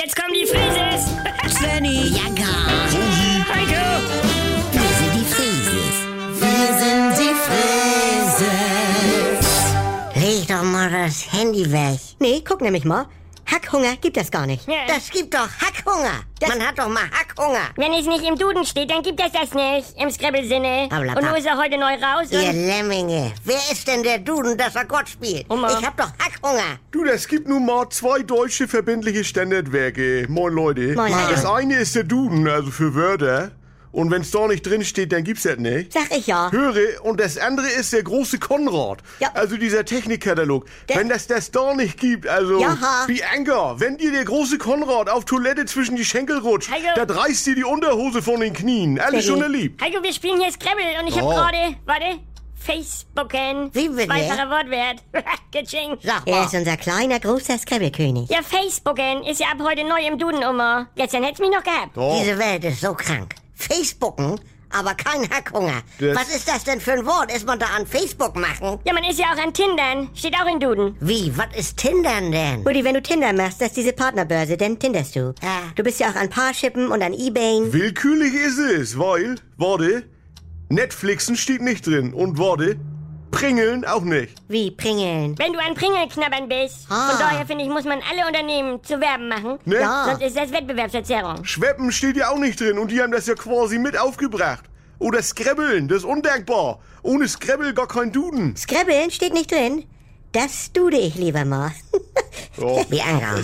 Jetzt kommen die Frises! Svenny, Ja, gar. Heiko! Wir sind die Frieses. Wir sind die Frieses. Leg doch mal das Handy weg. nee, guck nämlich mal. Hackhunger gibt es gar nicht. Ja. Das gibt doch Hackhunger. Man hat doch mal Hackhunger. Wenn es nicht im Duden steht, dann gibt es das nicht. Im Scribble-Sinne. Blablabla. Und wo ist er heute neu raus? Und Ihr Lemminge. Wer ist denn der Duden, dass er Gott spielt? Oma. Ich hab doch Hackhunger. Du, das gibt nun mal zwei deutsche verbindliche Standardwerke. Moin, Leute. Moin, Moin. Das eine ist der Duden, also für Wörter. Und wenn's da nicht drin steht, dann gibt's das nicht. Sag ich Hm? ja. Höre, und das andere ist der große Konrad. Ja. Also dieser Technikkatalog. Der- wenn das das da nicht gibt, also Jaha. wie Anker, wenn dir der große Konrad auf Toilette zwischen die Schenkel rutscht, Heiko. da reißt dir die Unterhose von den Knien. Svenny. Alles schon erlebt. Heiko, wir spielen hier Scrabble und ich hab Oh. gerade, warte, Facebooken. Wie bitte? Zweifacher Wortwert. Getsching. Sag Er mal. ist unser kleiner, großer Scrabble-König. Ja, Facebooken ist ja ab heute neu im Duden, Oma. Gestern hätt's mich noch gehabt. Oh. Diese Welt ist so krank. Facebooken, aber kein Hackhunger. Das- Was ist das denn für ein Wort? Ist man da an Facebook machen? Ja, man ist ja auch an Tindern. Steht auch in Duden. Wie? Was ist Tindern denn? Rudi, wenn du Tinder machst, das ist diese Partnerbörse, dann tinderst du. Ah. Du bist ja auch an Paarshippen und an Ebay. Willkürlich ist es, weil, warte, Netflixen steht nicht drin und warte, Pringeln auch nicht. Wie pringeln. Wenn du an Pringelknabbern bist. Ah. Von daher finde ich, muss man alle Unternehmen zu Werben machen. Ne? Ja. Sonst ist das Wettbewerbsverzerrung. Schweppen steht ja auch nicht drin und die haben das ja quasi mit aufgebracht. Oder Scrabbeln, das ist undenkbar. Ohne Scrabble gar kein Duden. Scrabbeln steht nicht drin. Das dude ich lieber mal. Ja. Wie Anker.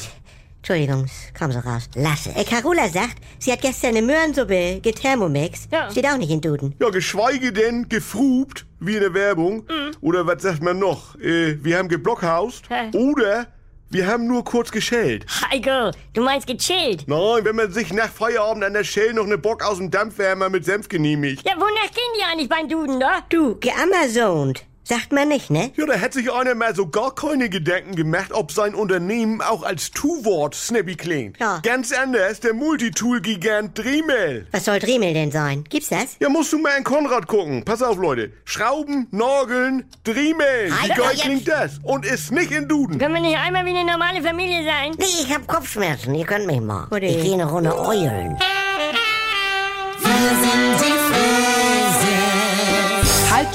Entschuldigung, es kam so raus. Lasse. Äh, Carola sagt, sie hat gestern eine Möhrensuppe gethermomix. Ja. Steht auch nicht in Duden. ja, geschweige denn gefrubt, wie in der Werbung. Oder was sagt man noch? Äh, wir haben geblockhaust. Hä? Oder wir haben nur kurz geschellt. Heiko, du meinst gechillt. Nein, wenn man sich nach Feierabend an der Shell noch eine Bock aus dem Dampfwärmer mit Senf genehmigt. Ja, wonach gehen die eigentlich beim Duden, da? Du, geamazoned. Sagt man nicht, ne? Ja, da hat sich einer mal so gar keine Gedanken gemacht, ob sein Unternehmen auch als Tu-Wort snappy klingt. Ja. Ganz anders, der Multitool-Gigant Dremel. Was soll Dremel denn sein? Gibt's das? Ja, musst du mal in Konrad gucken. Pass auf, Leute. Schrauben, Norgeln, Dremel. Wie Alter, geil jetzt- klingt das? Und ist nicht in Duden. Können wir nicht einmal wie eine normale Familie sein? Nee, ich hab Kopfschmerzen. Ihr könnt mich mal. Gute Ich Idee. gehe eine Runde eulen. Halt,